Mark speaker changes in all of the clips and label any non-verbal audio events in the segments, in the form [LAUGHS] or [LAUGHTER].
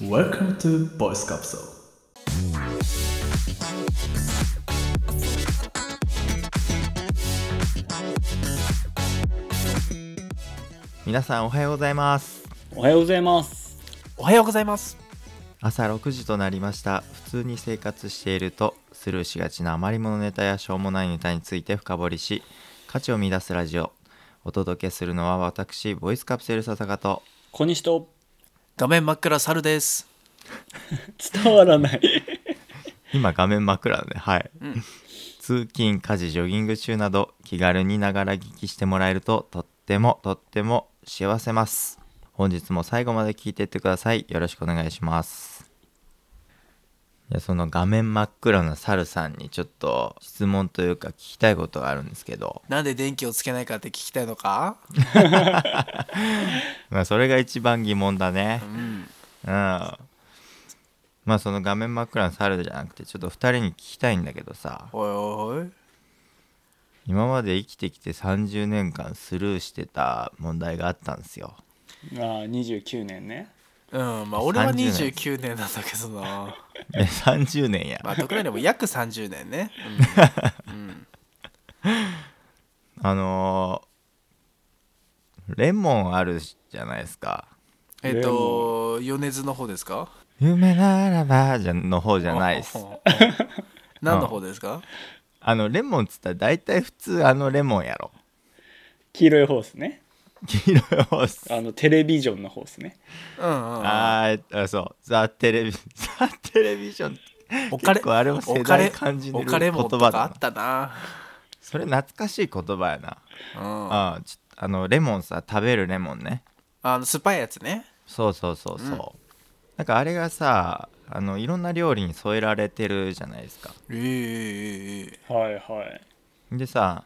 Speaker 1: Welcome to Voice Capsule.
Speaker 2: 皆さんおはようございます
Speaker 3: おはようございます。
Speaker 4: おはようございます。
Speaker 2: 朝6時となりました普通に生活しているとスルーしがちな余り物ネタやしょうもないネタについて深掘りし価値を見出すラジオお届けするのは私ボイスカプセル笹香と
Speaker 3: 小西と
Speaker 4: 画面真っ暗猿です。
Speaker 3: 伝わらない。
Speaker 2: [LAUGHS] 今画面真っ暗だねはい、通勤家事ジョギング中など気軽にながら聞きしてもらえるととってもとっても幸せます本日も最後まで聞いてってくださいよろしくお願いしますいやその画面真っ暗な猿さんにちょっと質問というか聞きたいことがあるんですけど、
Speaker 4: なんで電気をつけないかって聞きたいのか。
Speaker 2: まあ、それが一番疑問だね
Speaker 4: うん。
Speaker 2: うんまあその画面真っ暗な猿じゃなくてちょっと2人に聞きたいんだけどさ
Speaker 4: おいおいおい。
Speaker 2: 今まで生きてきて30年間スルーしてた問題があったんですよ [LAUGHS]
Speaker 3: ああ、29年ね。
Speaker 4: うん、まあ、俺は
Speaker 2: 30
Speaker 4: 29
Speaker 2: 年
Speaker 4: 年なんだけどな。
Speaker 2: え30年や
Speaker 4: まあ、特にでも約30年ね。
Speaker 2: あのーレモンあるじゃないですか
Speaker 4: うん、えっ、と、米津の方ですか。
Speaker 2: 「夢ならば」じゃの方じゃないです
Speaker 4: うん。何の方ですか。
Speaker 2: あのレモンっつったら大体普通あのレモンやろ [LAUGHS]
Speaker 3: 黄色い方ですね。
Speaker 2: 黄色いホース
Speaker 3: あの、テレビジョンの方ですね。
Speaker 4: うんうんうん。
Speaker 2: あーあそうザ・テレビ [LAUGHS] ザ・テレビジョン
Speaker 4: おかれ
Speaker 2: 結構あれも世
Speaker 4: おか
Speaker 2: 代
Speaker 4: れ
Speaker 2: 感じる
Speaker 4: お
Speaker 2: 言
Speaker 4: かれもんと
Speaker 2: 葉
Speaker 4: かあ
Speaker 2: だ
Speaker 4: っ
Speaker 2: な
Speaker 4: たな。
Speaker 2: それ懐かしい言葉やな
Speaker 4: うん。あ
Speaker 2: あーちょあのレモンさ食べるレモンね
Speaker 4: の、酸っぱいやつね。
Speaker 2: そうそうそうそう、なんかあれがさあのいろんな料理に添えられてるじゃないですか
Speaker 4: ええええええ
Speaker 3: はいはい。
Speaker 2: でさ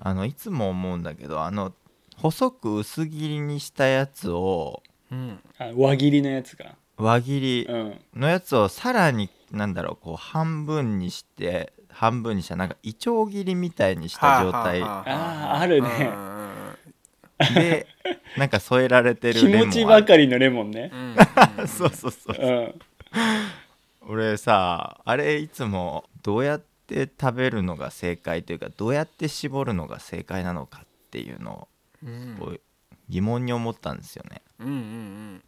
Speaker 2: あのいつも思うんだけどあの細く薄切りにしたやつを
Speaker 4: うん。
Speaker 3: あ輪切りのやつが。
Speaker 2: 輪切り
Speaker 3: うん。
Speaker 2: のやつをさらになんだろうこう半分にして半分にしたなんかイチョウ切りみたいにした状態
Speaker 4: ははは
Speaker 3: ああ、ある
Speaker 4: うん
Speaker 3: ね。
Speaker 2: でなんか添えられてる
Speaker 3: [LAUGHS] 気
Speaker 2: レモン
Speaker 3: 持ちばかりのレモンね
Speaker 4: う。んうんうん。
Speaker 2: りそうそうそう
Speaker 3: うん。
Speaker 2: 俺さあれいつもどうやって食べるのが正解というかどうやって絞るのが正解なのかっていうの
Speaker 4: うんうん
Speaker 2: をこう疑問に思ったんですよね、
Speaker 4: うんうんうん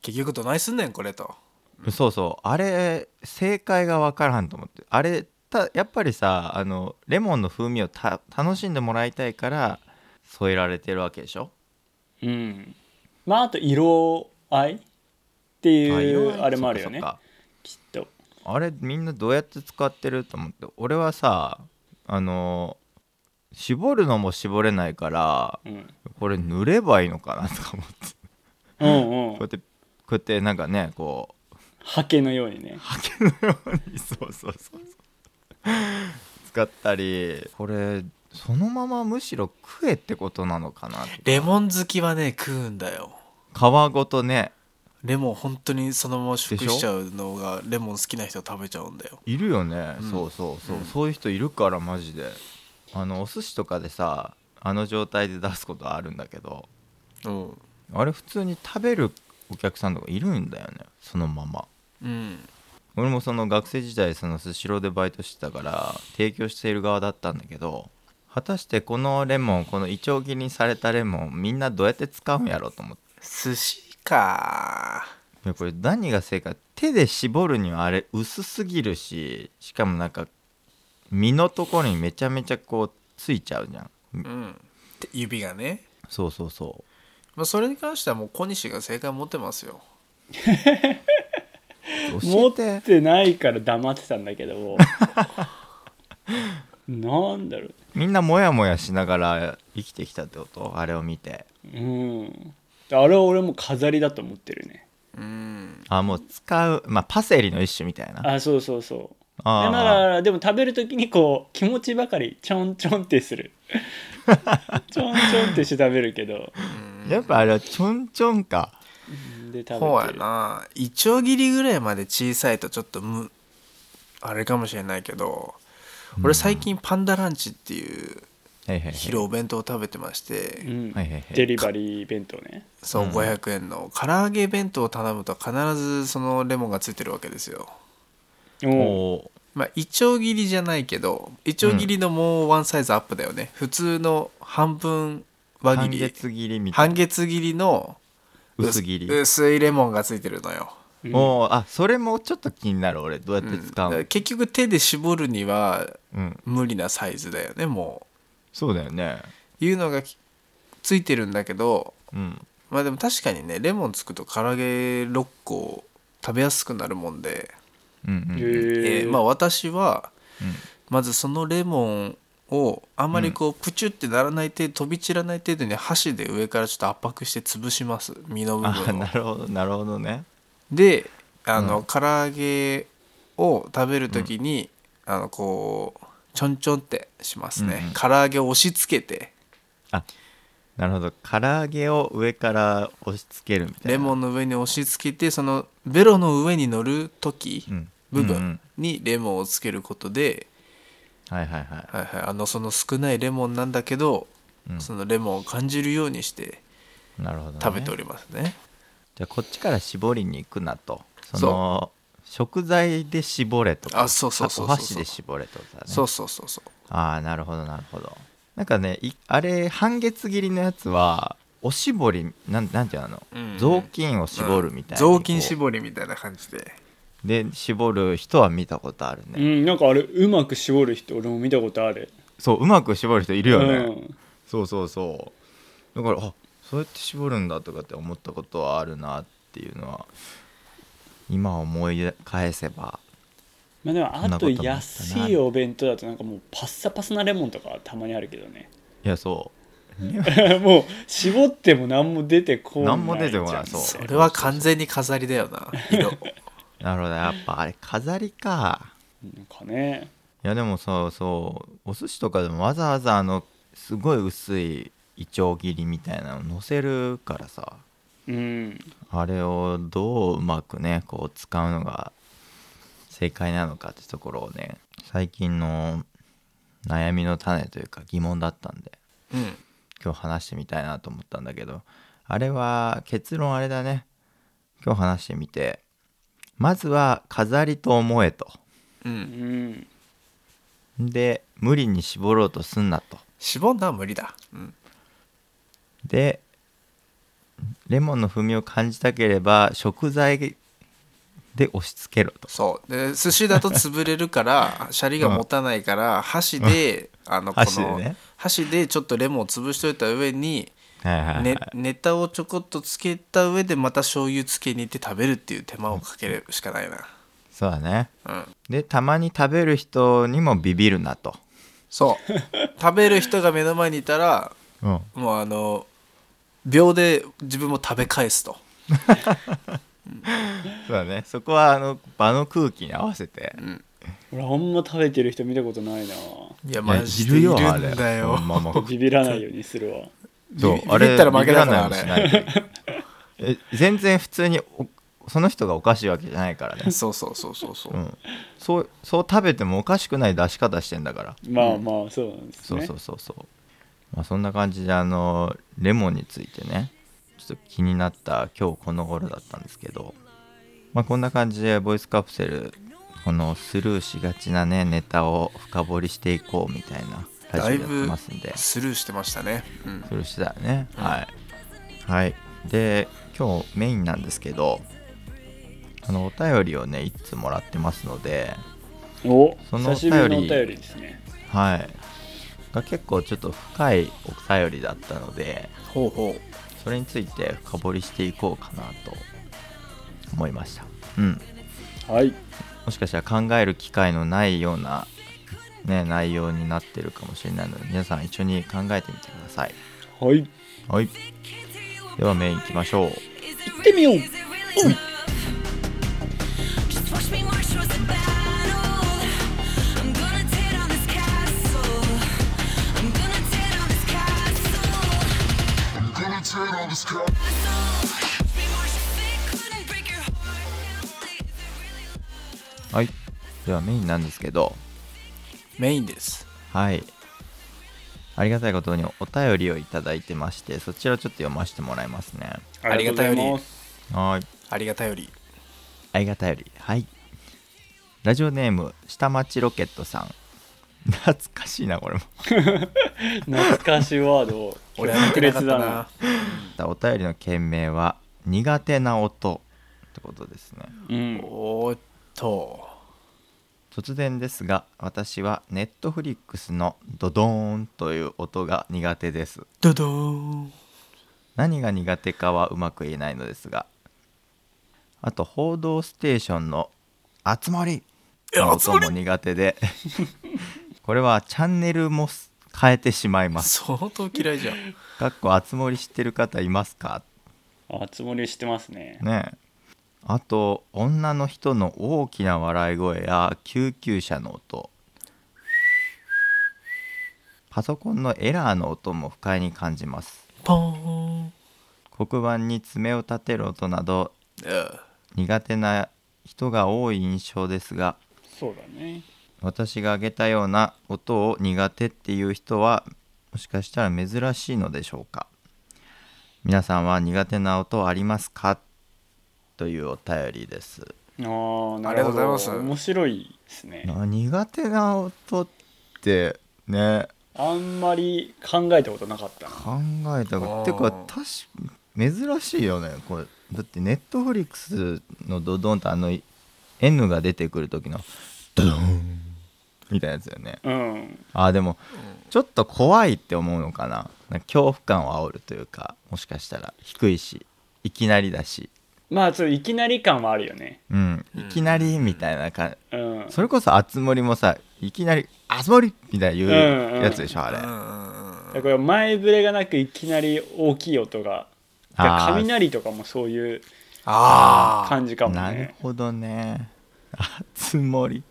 Speaker 4: 結局どないすんねんこれと
Speaker 2: そうそうあれ正解が分からんと思ってあれたやっぱりさあのレモンの風味をた楽しんでもらいたいから添えられてるわけでしょ
Speaker 3: うん。まあ、あと、色合いって
Speaker 2: あ
Speaker 3: い
Speaker 2: 色
Speaker 3: う、
Speaker 2: 合い
Speaker 3: あれもあるよね
Speaker 2: そっ。か
Speaker 3: きっと。
Speaker 2: そっかあれみんなどうやって使ってると思って俺はさあの絞るのも絞れないから
Speaker 3: うん。
Speaker 2: これ塗ればいいのかなとか思って [LAUGHS]
Speaker 3: う
Speaker 2: こうや
Speaker 3: んうん
Speaker 2: っ。てこうやってなんかねこう
Speaker 3: 刷毛のようにね。
Speaker 2: ハケのよう [LAUGHS] にそうそうそうそう使ったりこれそのままむしろ食えってことなのかなと
Speaker 4: レモン好きはね食うんだよ
Speaker 2: 皮ごとね
Speaker 4: レモン本当にそのまま食しちゃうのがレモン好きな人は食べちゃうんだよ
Speaker 2: いるよね、
Speaker 4: うん
Speaker 2: そうそうそう、
Speaker 4: うん
Speaker 2: そういう人いるからマジであのお寿司とかでさあの状態で出すことあるんだけど
Speaker 4: うん、
Speaker 2: あれ普通に食べるお客さんとかいるんだよねそのまま
Speaker 4: うん、
Speaker 2: 俺もその学生時代そのスシローでバイトしてたから提供している側だったんだけど果たしてこのレモンこのイチョウ切りにされたレモンみんなどうやって使うんやろうと思って
Speaker 4: 寿司か
Speaker 2: いやこれ何が正解手で絞るにはあれ薄すぎるししかもなんか身のところにめちゃめちゃこうついちゃうじゃん
Speaker 4: うんて指がね、
Speaker 2: そうそうそ
Speaker 4: まあ、それに関してはもう小西が正解持ってますよ
Speaker 2: う
Speaker 3: 持
Speaker 2: 教
Speaker 3: っ
Speaker 2: えて
Speaker 3: てないから黙ってたんだけ
Speaker 2: [LAUGHS]
Speaker 3: どなんだろ
Speaker 2: みんなモヤモヤしながら生きてきたってことあれを見て
Speaker 3: ううんあれは俺も飾りだと思ってるね
Speaker 4: うん
Speaker 2: あもう使うまあパセリの一種みたいな
Speaker 3: あそうそうそうでだか
Speaker 2: あ
Speaker 3: らでも食べる時にこう気持ちばかりちょんちょんって
Speaker 2: [LAUGHS]
Speaker 3: するちょんちょんってして食べるけど
Speaker 2: ーやっぱあれはちょんちょんか
Speaker 3: で食
Speaker 4: こう
Speaker 3: べ
Speaker 4: や
Speaker 3: てる
Speaker 4: なイチョウ切りぐらいまで小さいとちょっとむあれかもしれないけど俺最近パンダランチっていう
Speaker 2: はいはい
Speaker 4: 昼お弁当を食べてまして、
Speaker 3: うん
Speaker 2: はいはいはい
Speaker 3: デリバリー弁当ね
Speaker 4: そう
Speaker 2: うん
Speaker 4: 500円の唐揚げ弁当を頼むと必ずそのレモンがついてるわけですよ
Speaker 3: おお
Speaker 2: おー
Speaker 4: まあ、いちょう切りじゃないけどいちょう切りのもうワンサイズアップだよね、普通の半分輪
Speaker 2: 半
Speaker 4: 切り
Speaker 2: 月切りみたい
Speaker 4: 半月切りの
Speaker 2: な薄切り
Speaker 4: 薄いレモンがついてるのよ、
Speaker 2: おーあそれもちょっと気になる俺どうやって使う
Speaker 4: うん
Speaker 2: の
Speaker 4: 結局手で絞るには
Speaker 2: うん
Speaker 4: 無理なサイズだよねも
Speaker 2: そうだよね
Speaker 4: ういうのがきついてるんだけど
Speaker 2: うん
Speaker 4: まあでも確かにねレモンつくと唐揚げ6個食べやすくなるもんで、
Speaker 2: うんう
Speaker 3: へ
Speaker 2: ん
Speaker 4: え
Speaker 3: え
Speaker 4: ーまあ私は
Speaker 2: うん
Speaker 4: まずそのレモンをあんまりこうプチュってならない程度飛び散らない程度に箸で上からちょっと圧迫して潰します身の部
Speaker 2: あー
Speaker 4: 分を
Speaker 2: なるほどなるほどね
Speaker 4: であの、
Speaker 2: うん
Speaker 4: 唐揚げを食べる時に、あのこうちょんちょんってしますね、
Speaker 2: うんうん
Speaker 4: 唐揚げを押し付けて
Speaker 2: なるほど唐揚げを上から押し付けるみたいな
Speaker 4: レモ
Speaker 2: ン
Speaker 4: ンの上に押し付けてそのベロの上に乗る時、
Speaker 2: うんう
Speaker 4: 部
Speaker 2: んうん
Speaker 4: 分にレモンをつけることで、
Speaker 2: はいはいはい
Speaker 4: はいはい、あのその少ないレモンなんだけど、
Speaker 2: うん
Speaker 4: そのレモンを感じるようにして
Speaker 2: なるほど、ね、
Speaker 4: 食べておりますね
Speaker 2: じゃあこっちから絞りに行くなと
Speaker 4: う
Speaker 2: その食材で絞れとか
Speaker 4: あそうそうそうそ
Speaker 2: お
Speaker 4: うそう
Speaker 2: 箸で絞れとかね
Speaker 4: そうそうそうそう
Speaker 2: ああなるほどなるほどなんかねいあれ半月切りのやつはおしぼりなんなんていうの、
Speaker 4: うんうん
Speaker 2: 雑巾を絞るみたいな、
Speaker 4: うん雑巾
Speaker 2: こ
Speaker 4: 絞りみたいな感じで
Speaker 2: うで絞る人は見たことあるね、
Speaker 3: うん、なんかあれうまく絞る人俺も見たことある
Speaker 2: そううまく絞る人いるよね、
Speaker 3: うん
Speaker 2: そうそうそうだからあそうやって絞るんだとかって思ったことはあるなっていうのは今思い返せば
Speaker 3: まあ、でも
Speaker 2: そん
Speaker 3: あ
Speaker 2: なこととも
Speaker 3: 安いお弁当だとなんかもうパッサパサなレモンとかたまにあるけどね [LAUGHS]
Speaker 2: いやそう
Speaker 3: もう絞っても何も出てこない
Speaker 2: 何も出てこない
Speaker 3: じゃん
Speaker 2: そう
Speaker 4: それは完全に飾りだよな色
Speaker 2: なるほどやっぱあれ飾りか
Speaker 3: なんかね
Speaker 2: いやでもさそうお寿司とかでもわざわざあのすごい薄いいちょう切りみたいなの乗せるからさ
Speaker 3: うん
Speaker 2: あれをどううまくねこう使うのが正解なのかってところをね最近の悩みの種というか疑問だったんで
Speaker 4: うん
Speaker 2: 今日話してみたいなと思ったんだけどあれは結論あれだね今日話してみてまずは飾りと思えと
Speaker 4: う
Speaker 3: うんん
Speaker 2: で無理に絞ろうとすんなと
Speaker 4: 絞んな無理だ、うん、
Speaker 2: でレモンの風味を感じたければ食材で押し付けろと
Speaker 4: そうで寿司だと潰れるからシャリが持たないから箸であのこ
Speaker 2: 箸で
Speaker 4: の
Speaker 2: ね
Speaker 4: 箸でちょっとレモンを潰しといた上に、
Speaker 2: はいはいはい、
Speaker 4: ね、ネタをちょこっとつけた上でまた醤油つけに行って食べるっていう手間をかけるしかないな
Speaker 2: そうだね
Speaker 4: うん
Speaker 2: でたまに食べる人にもビビるなと、
Speaker 4: そう
Speaker 2: [LAUGHS]
Speaker 4: 食べる人が目の前にいたら
Speaker 2: うん、
Speaker 4: もうあの秒で自分も食べ返すと
Speaker 2: そうだねそこはあの場の空気に合わせて
Speaker 3: 俺あんま食べてる人見たことないない
Speaker 4: や
Speaker 2: いや
Speaker 4: マジでいるんだよ
Speaker 2: あれまあまあ
Speaker 3: ビビらないようにするわ
Speaker 2: そう
Speaker 4: ビビ
Speaker 2: あれ
Speaker 4: ビったら負けだから
Speaker 2: ビビらないようにしないと [LAUGHS] え全然普通におその人がおかしいわけじゃないからね、
Speaker 4: [LAUGHS] そうそうそうそうそう、
Speaker 2: うん、そうそう食べてもおかしくない出し方してんだから
Speaker 3: まあまあそうなんです
Speaker 2: そう
Speaker 3: ね
Speaker 2: そうそうそう、まあ、そんな感じであのレモンについてねちょっと気になった今日この頃だったんですけど、まあ、こんな感じでボイスカプセルこのスルーしがちなねネタを深掘りしていこうみたいなラジオ
Speaker 4: だ
Speaker 2: や
Speaker 4: い
Speaker 2: って
Speaker 4: ぶ
Speaker 2: ますんで
Speaker 4: スルーしてましたね、うん、
Speaker 2: スルーしてたよねはい、はい、で今日メインなんですけどあのお便りをねいつもらってますので
Speaker 3: お
Speaker 2: そのお
Speaker 3: 久し
Speaker 2: 便り
Speaker 3: ぶりのお便りですね
Speaker 2: はいが結構ちょっと深いお便りだったので
Speaker 4: ほうほ
Speaker 2: それについて深掘りしていこうかなと思いました、うん、
Speaker 3: はい
Speaker 2: もしかしたら考える機会のないような、ね、内容になってるかもしれないので皆さん一緒に考えてみてください、
Speaker 3: はい
Speaker 2: はい、ではメインいきましょう
Speaker 3: 行ってみよう
Speaker 5: Just watch me march towards the battle. I'm gonna tear down this castle. I'm gonna tear down this castle.
Speaker 6: I'm gonna tear down this crowd.
Speaker 5: Watch me march if it couldn't break your heart. Is it really love?
Speaker 2: はいではメインなんですけど
Speaker 4: うメインです
Speaker 2: はいありがたいことにお便りをいただいてましてそちらをちょっと読ませてもらいますね
Speaker 3: ありがとうござい
Speaker 4: ありがたいよ
Speaker 3: ま
Speaker 4: り
Speaker 3: す
Speaker 2: はい
Speaker 4: ありがたより
Speaker 2: ありがたよりはいラジオネーム下町ロケットさん懐かしいなこれも
Speaker 3: 懐かしいワード
Speaker 4: 俺は見てなかったな
Speaker 2: お便りの件名は「苦手な音」ってことですね
Speaker 3: うん
Speaker 4: おーっと
Speaker 2: 突然ですが私はネットフリックスのドドーンという音が苦手です
Speaker 4: ドドーン
Speaker 2: 何が苦手かはうまく言えないのですがあと「報道ステーション」の「あつ森」の音も苦手でこれはチャンネルも変えてしまいます
Speaker 4: 相当嫌いじゃん
Speaker 2: かっこあつ森知ってる方いますか
Speaker 3: あつもりしてますね
Speaker 2: ねえあと女の人の大きな笑い声や救急車の音パソコンのエラーの音も不快に感じます
Speaker 4: ポーン
Speaker 2: 黒板に爪を立てる音など
Speaker 4: うん
Speaker 2: 苦手な人が多い印象ですが
Speaker 3: そうだね
Speaker 2: 私が挙げたような音を苦手っていう人はもしかしたら珍しいのでしょうか皆さんは苦手な音ありますかというお便りです
Speaker 3: あーな
Speaker 4: あり
Speaker 3: る
Speaker 4: が
Speaker 3: ほ
Speaker 4: とうござい
Speaker 3: ど
Speaker 4: ます
Speaker 3: 面白いですね
Speaker 2: な苦手な音ってね
Speaker 3: あんまり考えたことなかったな
Speaker 2: 考えた
Speaker 4: あ
Speaker 2: こ
Speaker 4: ー
Speaker 2: てか確か珍しいよねこれだってネットフリックスのドドンとあの N が出てくる時のドドンみたいなやつだよね
Speaker 3: うん
Speaker 2: あーでもちょっと怖いって思うのかななんか恐怖感を煽るというかもしかしたら低いしいきなりだし
Speaker 3: まあちょっといきなり感はあるよね
Speaker 2: うんいきなりみたいな感じ
Speaker 3: うん
Speaker 2: それこそあつ森もさいきなり「あつ森!」みたいな言うやつでしょあれ
Speaker 4: うんうんう
Speaker 3: だ
Speaker 4: ん
Speaker 3: からこれ前触れがなくいきなり大きい音がだから
Speaker 2: あー
Speaker 3: 雷とかもそういう
Speaker 4: ああ
Speaker 3: 感じかも
Speaker 2: なる
Speaker 3: ね
Speaker 2: ほどねあつ森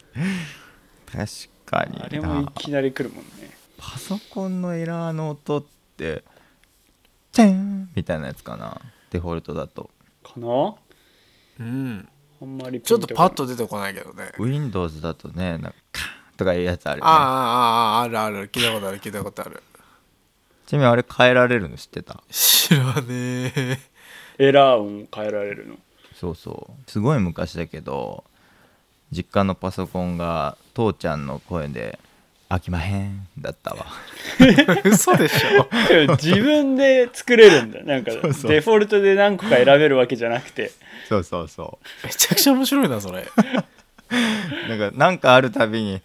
Speaker 2: 確かにな
Speaker 3: あれもいきなり来るもんね
Speaker 2: パソコンのエラーの音って「チェーン!」みたいなやつかなデフォルトだと
Speaker 3: かな
Speaker 4: うん
Speaker 3: あんまり
Speaker 4: ち
Speaker 3: ピ
Speaker 4: ょっ
Speaker 3: ン
Speaker 4: と
Speaker 3: こ
Speaker 4: パッと出てこないけどね
Speaker 2: Windows だとねなんかカーンとかいうやつあるよね
Speaker 4: あーあーあーあるある聞いたことある聞いたことある
Speaker 2: ちなみにあれ変えられるの知ってた
Speaker 4: 知らねえ
Speaker 3: エラー音変えられるの [LAUGHS]
Speaker 2: そうそうすごい昔だけど実家のパソコンが父ちゃんの声で「飽きまへん」だったわ
Speaker 4: 嘘でしょ
Speaker 3: 自分で作れるんだなんかデフ
Speaker 2: うそう
Speaker 3: ォルトで何個か選べるわけじゃなくて
Speaker 2: [LAUGHS] そうそうそう
Speaker 4: めちゃくちゃ面白いなそれ
Speaker 2: なんかなんかあるたびに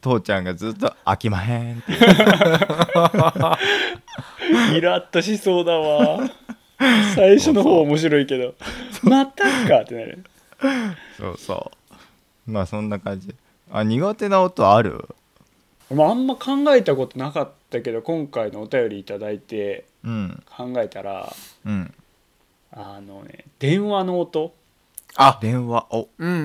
Speaker 2: 父ちゃんがずっと「飽きまへん」って言う
Speaker 3: イラッとしそうだ
Speaker 2: [LAUGHS]
Speaker 3: わ最初の方面白いけどまたかってなる
Speaker 2: そうそうまあそんな感じあ苦手な音ある
Speaker 3: まああんま考えたことなかったけど今回のお便りいただいて
Speaker 2: うん
Speaker 3: 考えたら
Speaker 2: うん
Speaker 3: あのね電話の音
Speaker 4: あ
Speaker 2: 電話お
Speaker 4: うんうんう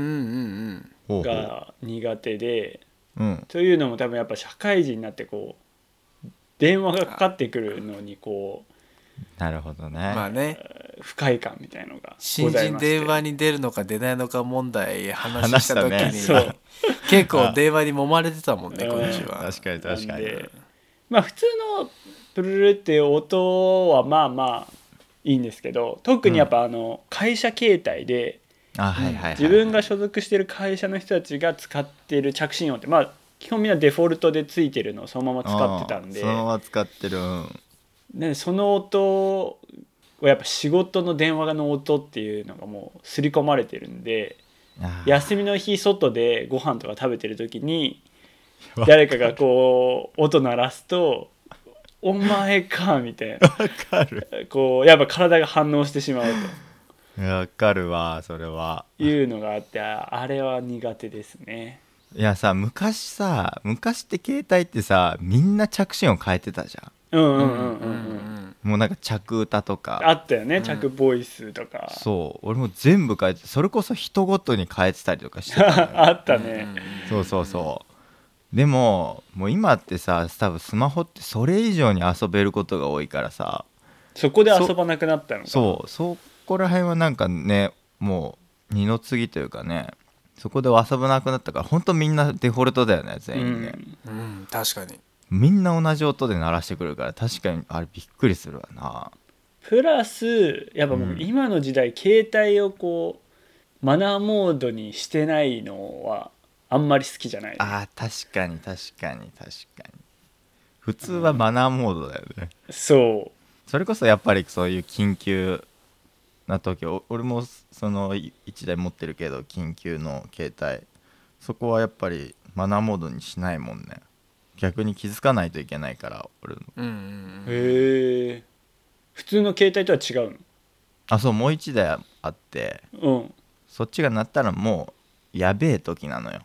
Speaker 4: ん
Speaker 2: ほうほう
Speaker 3: が苦手で
Speaker 2: うん
Speaker 3: というのも多分やっぱ社会人になってこう電話がかかってくるのにこ
Speaker 2: なるほど
Speaker 4: う
Speaker 2: ね
Speaker 4: んまあね
Speaker 3: う不快感みたいのがご
Speaker 4: 新
Speaker 3: ざい
Speaker 4: 人
Speaker 3: まして
Speaker 4: 電話に出るのか出ないのか問題話した時
Speaker 2: 話
Speaker 4: に
Speaker 2: した
Speaker 3: ねそう
Speaker 4: 結構電話に揉まれてたもんね
Speaker 3: うん
Speaker 4: 今週は
Speaker 2: 確かに確
Speaker 3: な
Speaker 2: か
Speaker 3: ん
Speaker 2: に
Speaker 3: でまあ普通のプルルっていう音はまあまあいいんですけど特にやっぱあの会社携帯で
Speaker 2: あはいはい、はい、
Speaker 3: 自分が所属してる会社の人たちが使ってる着信音ってまあ基本みんなデフォルトでついてるのをそのまま使ってたんで
Speaker 2: うんそのまま使ってるうん
Speaker 3: でその音はやっぱ仕事の電話の音っていうのがもう刷り込まれてるんで
Speaker 2: あー
Speaker 3: 休みの日外でご飯とか食べてる時
Speaker 2: [LAUGHS]
Speaker 3: に誰かがこう音鳴らすと「お前か」みたいな
Speaker 2: わかる
Speaker 3: こうやっぱ体が反応してしまう
Speaker 2: わかるわそれは
Speaker 3: というのがあってああれは苦手ですね。
Speaker 2: いやさ昔さ昔って携帯ってさみんな着信音変えてたじゃ
Speaker 3: うんう
Speaker 4: うん
Speaker 3: うんうんうん
Speaker 2: んもうなんか着歌と
Speaker 3: あ
Speaker 2: か
Speaker 3: ったよね着ボイスとか
Speaker 2: そう俺も全部変えてそれこそ人ごとに変えてたりとかしてた [LAUGHS] のよ
Speaker 3: [LAUGHS] あったね
Speaker 2: そうそうそうでももう今ってさ多分スマホってそれ以上に遊べることが多いからさ
Speaker 3: そこで遊ばなくなったのか
Speaker 2: そうそこら辺はなんかねもう二の次というかねそこで遊ばなくなったからほんとみんなデフォルトだよね全員ね、
Speaker 3: ん
Speaker 4: うん確かに
Speaker 2: みんな同じ音で鳴らしてくるから確かにあれびっくりするわな
Speaker 3: プラスやっぱもう今の時代、携帯をこうマナーモードにしてないのはあんまり好きじゃない
Speaker 2: あー確かに確かに確かに普通はマナーモードだよね
Speaker 3: そ
Speaker 2: それこそやっぱりそういう緊急な時お俺もそのい一台持ってるけど緊急の携帯そこはやっぱりマナーモードにしないもんね逆に気づかないといけないから俺の
Speaker 4: うんうん
Speaker 3: うへえ普通の携帯とは違う
Speaker 2: あそうもう一台あって
Speaker 3: の
Speaker 2: そっちが鳴ったらもうやべえ時なのよ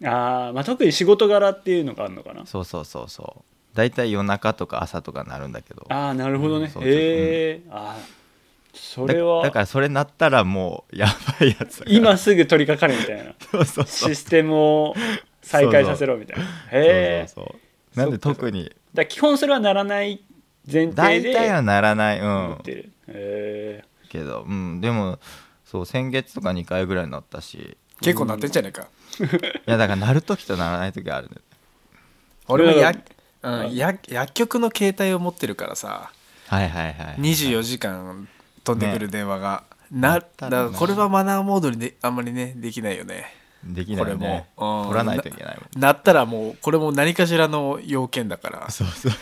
Speaker 3: うんあーまあ特に仕事柄っていうのがあるのかな
Speaker 2: そうそうそうそう大体夜中とか朝とかなるんだけど
Speaker 3: ああなるほどね、
Speaker 2: うんそうそう
Speaker 3: へえ、ああそれは
Speaker 2: だだからそれ鳴ったらもうやばいやつだから
Speaker 3: 今すぐ取りかかるみたいな
Speaker 2: そうそう [LAUGHS] そう
Speaker 3: システムを再開させろみたいなへえ
Speaker 2: そうそうそうなんで
Speaker 3: そっか
Speaker 2: 特に
Speaker 3: だから基本それはならない前提
Speaker 2: 大
Speaker 3: で
Speaker 2: 体はならないうん
Speaker 3: 持ってる、へえ
Speaker 2: けど、うん、でもそう先月とか2回ぐらいなったし
Speaker 4: 結構なってんじゃねえか、
Speaker 2: いやだから鳴る時と鳴らない時あるね
Speaker 4: 俺もや
Speaker 3: それ、
Speaker 4: うん、や薬局の携帯を持ってるからさ
Speaker 2: はいはいはい
Speaker 4: 24時間飛んでくる電話が、なだ
Speaker 2: た
Speaker 4: か
Speaker 2: らな
Speaker 4: らこれはマナーモードにであんまりねできないよね
Speaker 2: できないよね
Speaker 4: これもうん
Speaker 2: 取らないといけないもん
Speaker 4: なったらもうこれも何かしらの要件だから
Speaker 2: そうそう、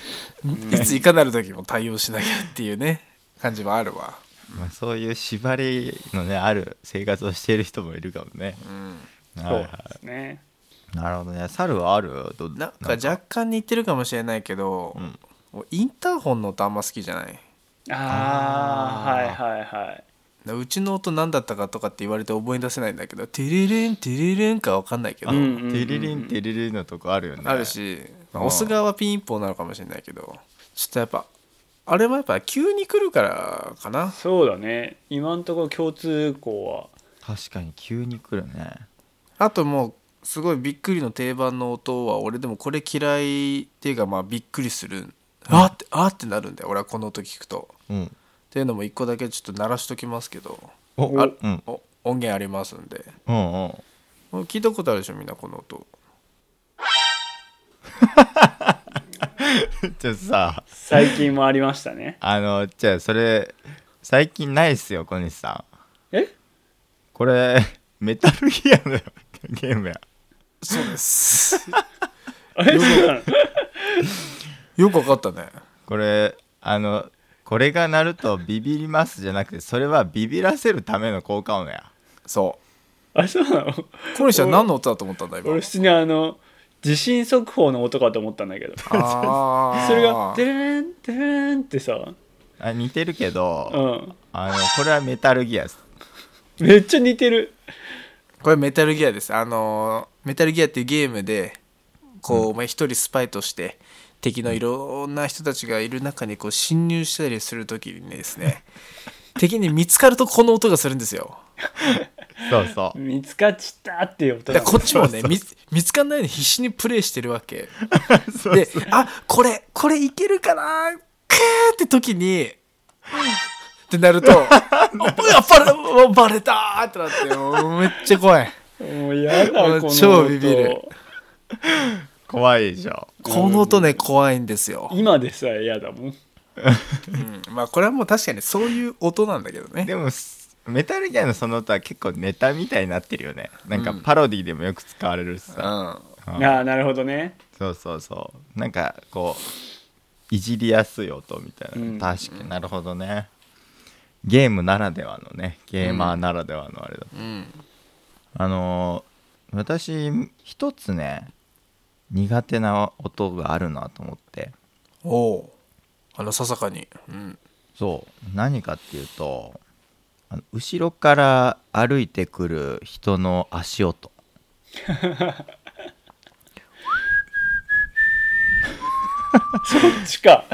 Speaker 4: いついかなる時も対応しなきゃっていうね感じはあるわ
Speaker 2: まあ、そういう縛りのねある生活をしている人もいるかもね、はい
Speaker 3: そ
Speaker 2: は
Speaker 3: うですね
Speaker 2: い、なるほどね猿はあるど
Speaker 4: なんか若干似てるかもしれないけど、もうインターホンの音あんま好きじゃない
Speaker 3: ああはいはいはい
Speaker 4: だうちの音何だったかとかって言われて覚え出せないんだけど「テレレンテレレン」か分かんないけど、
Speaker 3: うんうん
Speaker 2: テリリンテリリンのとこあるよね
Speaker 4: あるし、まあ
Speaker 2: うん
Speaker 4: 押す側はピンポンなのかもしれないけどちょっとやっぱあれもやっぱ急に来るからかな
Speaker 3: そうだね今のところ共通項は
Speaker 2: 確かに急に来るね
Speaker 4: あともうすごいびっくりの定番の音は俺でもこれ嫌いっていうかまあびっくりするあってあってなるんだよ俺はこの音聞くと
Speaker 2: うん
Speaker 4: っていうのも一個だけちょっと鳴らしときますけど
Speaker 2: お
Speaker 3: お
Speaker 2: あうん
Speaker 4: お音源ありますんで
Speaker 2: うんうん
Speaker 4: もう聞いたことあるでしょみんなこの音
Speaker 2: ちょっとさ
Speaker 3: 最近もありましたね
Speaker 2: あのじゃあそれ最近ないっすよ小西さん
Speaker 3: え
Speaker 2: これメタルギアだよ [LAUGHS] ゲームや
Speaker 4: そうです
Speaker 3: あれそうなの
Speaker 4: よくわかったね
Speaker 2: これあのこれが鳴るとビビりますじゃなくてそれはビビらせるための効果音や
Speaker 4: そ
Speaker 3: あれそうなの
Speaker 4: う小西は何の音だと思ったんだ今
Speaker 3: 俺普通にあの地震速報の音かと思ったんだけど
Speaker 4: あー
Speaker 3: それが「デレンデレン」ってさ、
Speaker 2: あ似てるけ
Speaker 3: う
Speaker 2: ど、
Speaker 3: ん、
Speaker 2: あのこれはメタルギアっす
Speaker 3: めっちゃ似てる
Speaker 4: これメタルギアですあのーメタルギアっていうゲームでこうお前一人スパイとして敵のいろんな人たちがいる中にこう侵入したりする時にですね敵に見つかるとこの音がするんですよ
Speaker 2: そうそう
Speaker 3: 見つかっちったっていう音な
Speaker 4: だか
Speaker 3: の
Speaker 4: らこっちもね見つ見つかんないように必死にプレイしてるわけ [LAUGHS] であこれこれいけるかなクーって時にって [LAUGHS] なるとあバレバレたーってなってもうめっちゃ [LAUGHS] 怖い
Speaker 3: もうやだこの
Speaker 4: 俺
Speaker 3: 音
Speaker 4: 超ビビる
Speaker 2: 怖いでしょ
Speaker 4: この音ね怖いんですよ
Speaker 3: 今でさえ嫌だもん
Speaker 4: まあこれはもう確かにそういう音なんだけどね
Speaker 2: でもすメタルギアのその音は結構ネタみたいになってるよねなんかパロディでもよく使われるし
Speaker 4: う
Speaker 2: さ、
Speaker 4: ん
Speaker 3: ああなるほどね
Speaker 2: そうそうそうなんかこういじりやすい音みたいな、
Speaker 3: うん
Speaker 2: 確かになるほどねゲームならではのねゲーマーならではのあれだ、あのー私一つね苦手な音があるなと思って
Speaker 4: おうあのささかにうん
Speaker 2: そう何かっていうとあの後ろから歩いてくる人の足音
Speaker 3: こっちか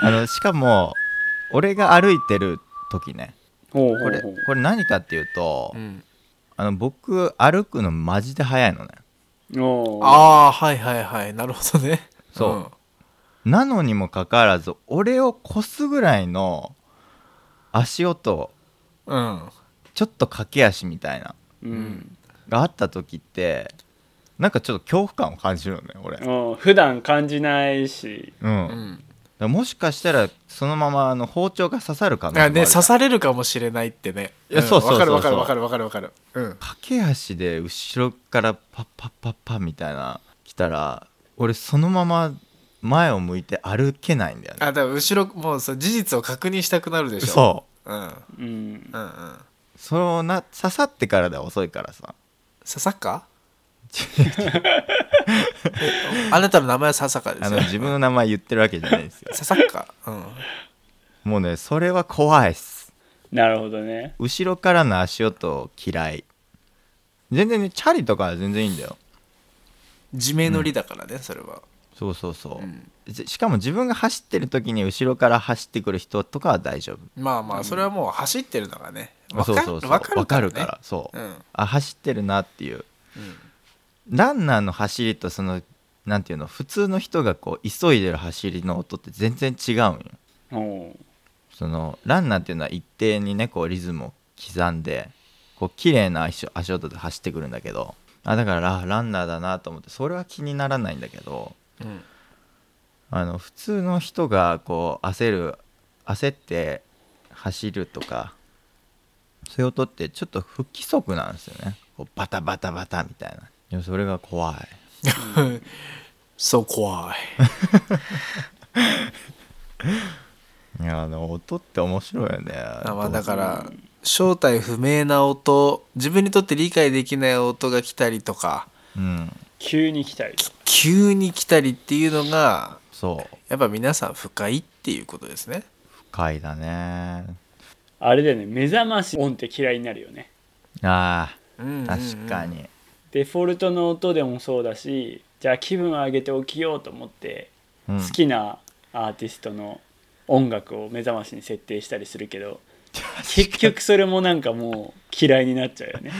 Speaker 2: あのしかも俺が歩いてる時ね
Speaker 3: ほうほ
Speaker 2: こ
Speaker 3: う
Speaker 2: れ
Speaker 3: ほう
Speaker 2: これ何かっていうと、
Speaker 4: うん
Speaker 2: あの僕歩くのマジで速いのね
Speaker 3: おう
Speaker 4: ああはいはいはいなるほどね
Speaker 2: そうなのにもかかわらず俺を越すぐらいの足音
Speaker 4: うん、うん
Speaker 2: ちょっと駆け足みたいな
Speaker 3: うん
Speaker 2: があった時ってなんかちょっと恐怖感を感じるよね俺
Speaker 3: うん、普段感じないし
Speaker 2: うん、だからもしかしたらそのままあの包丁が刺さる可能性もあ
Speaker 4: あ
Speaker 2: る
Speaker 4: ね、刺されるかもしれないってね。
Speaker 2: いや
Speaker 4: ん
Speaker 2: そうそうそうそう
Speaker 4: わかるわかるわかるわかるわかる。うん。
Speaker 2: 駆け足で後ろからパッパッパッパッみたいな来たら俺そのまま前を向いて歩けないんだよね
Speaker 4: あ、だから後ろ、もうそう事実を確認したくなるでしょ。
Speaker 2: そう
Speaker 4: う。うん。うん
Speaker 3: うん
Speaker 4: うん。刺
Speaker 2: そうな刺さってからでは遅いからさ
Speaker 4: さ
Speaker 2: [LAUGHS]
Speaker 4: っかあなたの名前はささかで
Speaker 2: あ
Speaker 4: す
Speaker 2: の
Speaker 4: よ。
Speaker 2: 自分の名前言ってるわけじゃないんです
Speaker 4: [LAUGHS]
Speaker 2: よ
Speaker 4: ささっか。うん。
Speaker 2: もうねそれは怖いっす
Speaker 3: なるほどね
Speaker 2: 後ろからの足音嫌い全然ねチャリとかは全然いいんだよ
Speaker 4: 地名乗りだからね、それは。
Speaker 2: そうそうそう、じしかも自分が走ってる時に後ろから走ってくる人とかは大丈夫
Speaker 4: まあまあ、それはもう走ってるのがね。わか
Speaker 2: そうそうそうわ
Speaker 4: る
Speaker 2: かるから。そう、
Speaker 4: うん
Speaker 2: あ走ってるなっていう、ランナーの走りとそのなんていうの普通の人がこう急いでる走りの音って全然違うんよ
Speaker 3: おう
Speaker 2: そのランナーっていうのは一定にねこうリズムを刻んでこう綺麗な足足音で走ってくるんだけどあだからあランナーだなと思ってそれは気にならないんだけど、
Speaker 4: ん
Speaker 2: あの普通の人がこう焦る焦って走るとかそういう音ってちょっと不規則なんですよねこうバタバタバタみたいないやそれが怖い
Speaker 4: そう、
Speaker 2: [LAUGHS]
Speaker 4: 怖い。
Speaker 2: いやあの音って面白いよね
Speaker 4: あまあだから正体不明な音自分にとって理解できない音が来たりとか
Speaker 2: うん
Speaker 3: 急に来たりとか
Speaker 4: 急に来たりっていうのが
Speaker 2: そう
Speaker 4: やっぱ皆さん不快っていうことですね
Speaker 2: 不快だね
Speaker 3: あれだよね目覚まし音って嫌いになるよね
Speaker 2: ああ
Speaker 4: うん
Speaker 2: 確かに
Speaker 3: デフォルトの音でもそうだしじゃあ気分を上げて起きようと思って
Speaker 2: うん
Speaker 3: 好きなアーティストの音楽を目覚ましに設定したりするけ
Speaker 2: [LAUGHS]
Speaker 3: ど結局それもなんかもう嫌いになっちゃうよね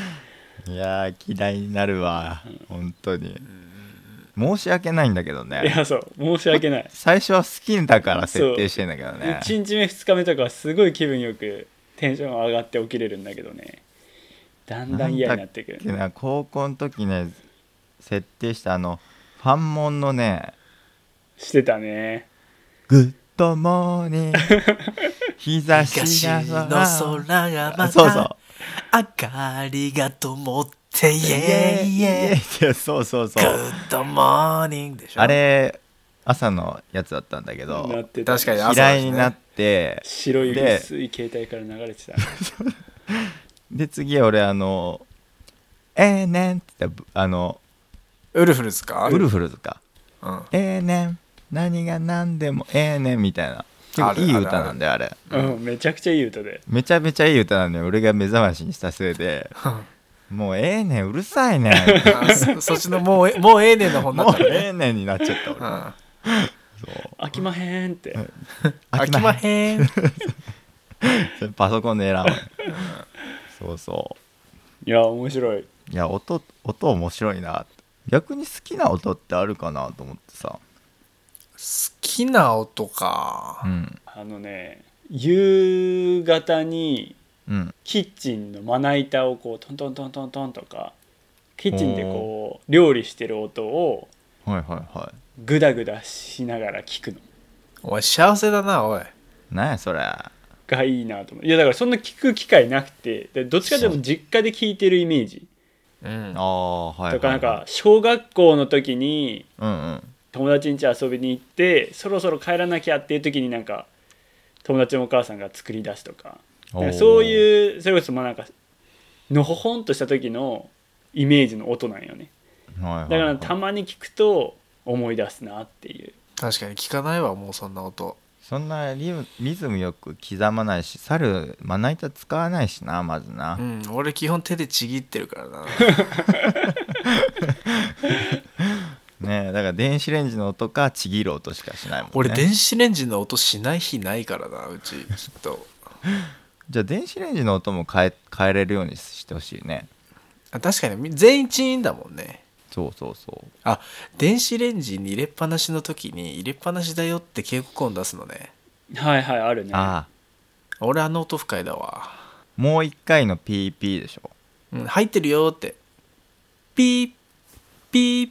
Speaker 2: いやー嫌いになるわ本当に申し訳ないんだけど
Speaker 3: い
Speaker 2: ね
Speaker 3: やそう申し訳ない
Speaker 2: 最初は好きだから設定してんだけどね
Speaker 3: 1日目2日目とかはすごい気分よくテンションが上がって起きれるんだけどねだんだん嫌になってくる
Speaker 2: なんだっけな高校の時ね設定したあのファンモンのね
Speaker 3: してたね
Speaker 2: 「グッドモー
Speaker 4: [LAUGHS]
Speaker 2: ニング」「日差し
Speaker 4: 東
Speaker 2: が
Speaker 4: の
Speaker 2: 空
Speaker 4: 空がま
Speaker 2: そうそう
Speaker 4: た明かりが灯ってイ
Speaker 2: イ
Speaker 4: エイイエイ
Speaker 2: イ」そうそうそ
Speaker 4: グ
Speaker 2: う
Speaker 4: ッドモーニングでしょ
Speaker 2: あれ朝のやつだったんだけ
Speaker 3: なっ
Speaker 2: ど
Speaker 3: てた
Speaker 4: 確かに朝だ
Speaker 2: 嫌
Speaker 4: し
Speaker 2: い
Speaker 4: ね
Speaker 2: になって
Speaker 3: 白い
Speaker 2: で
Speaker 3: 薄い携帯から流れてた
Speaker 2: で次俺あの「えーねん」って言ったらあの
Speaker 4: ウルフルズか
Speaker 2: ウルフルズか
Speaker 4: うん
Speaker 2: 「ええねん何が何でもええねん」みたいな結
Speaker 4: あ
Speaker 2: 構
Speaker 4: る
Speaker 2: いい歌なんだよあれ
Speaker 3: うんめちゃくちゃいい歌で
Speaker 2: めちゃめちゃいい歌なんだよ俺が目覚ましにしたせいでもうええねんうるさいね
Speaker 3: [LAUGHS]
Speaker 2: ん
Speaker 4: あそそっちのもうえもうええねんの本にな
Speaker 2: も
Speaker 4: っ
Speaker 2: う
Speaker 4: たね
Speaker 2: [LAUGHS] ええねんになっちゃった
Speaker 4: う
Speaker 2: 俺
Speaker 4: ん
Speaker 2: そう
Speaker 3: 飽きまへんって、
Speaker 4: 飽きま
Speaker 2: ん
Speaker 4: へん
Speaker 2: それパソコンで選ぶそうそ
Speaker 3: いや面白いう
Speaker 2: いや音音面白いな逆に好きな音ってあるかなと思ってさ
Speaker 4: 好きな音か
Speaker 2: うん
Speaker 3: あのね夕方に
Speaker 2: うん
Speaker 3: キッチンのまな板をこうトントントントントンとかキッチンでこう料理してる音を
Speaker 2: はいはいは
Speaker 3: グダグダしながら聞くの
Speaker 4: お前幸せだなおい
Speaker 2: いなんやそれ
Speaker 3: がいいなと思ういやだからそんな聞く機会なくてでどっちかでも実家で聞いてるイメージ
Speaker 4: うん
Speaker 2: ああはいはい、はい、
Speaker 3: とかなんか小学校の時に
Speaker 2: うんうん
Speaker 3: 友達ん家遊びに行ってそろそろ帰らなきゃっていう時になんか友達のお母さんが作り出すとか
Speaker 2: おー
Speaker 3: なんかそういうそれこそまあなんかのほほんとした時のイメージの音なんよね
Speaker 2: はいはい
Speaker 3: だか
Speaker 2: は
Speaker 3: ら
Speaker 2: い
Speaker 3: たまに聞くと思い出すなっていう
Speaker 4: 確かに聞かないわもうそんな音
Speaker 2: そんなリムリズムよく刻まないし猿まな板使わないしなまずな、
Speaker 4: うん俺基本手でちぎってるからな
Speaker 2: ねえだから電子レンジの音かちぎる音しかしないもんね
Speaker 4: 俺電子レンジの音しない日ないからなうちきっと
Speaker 2: じゃあ電子レンジの音も変え変えれるようにしてほしいね
Speaker 4: あ確かにみ全員チーンだもんね
Speaker 2: そうそうそう
Speaker 4: あ電子レンジに入れっぱなしの時に入れっぱなしだよって警告音出すのね
Speaker 3: はいはいあるね
Speaker 2: ああ
Speaker 4: 俺あの音不快だわ、
Speaker 2: もう一回の PP でしょ
Speaker 4: うん、入ってるよってピーピピー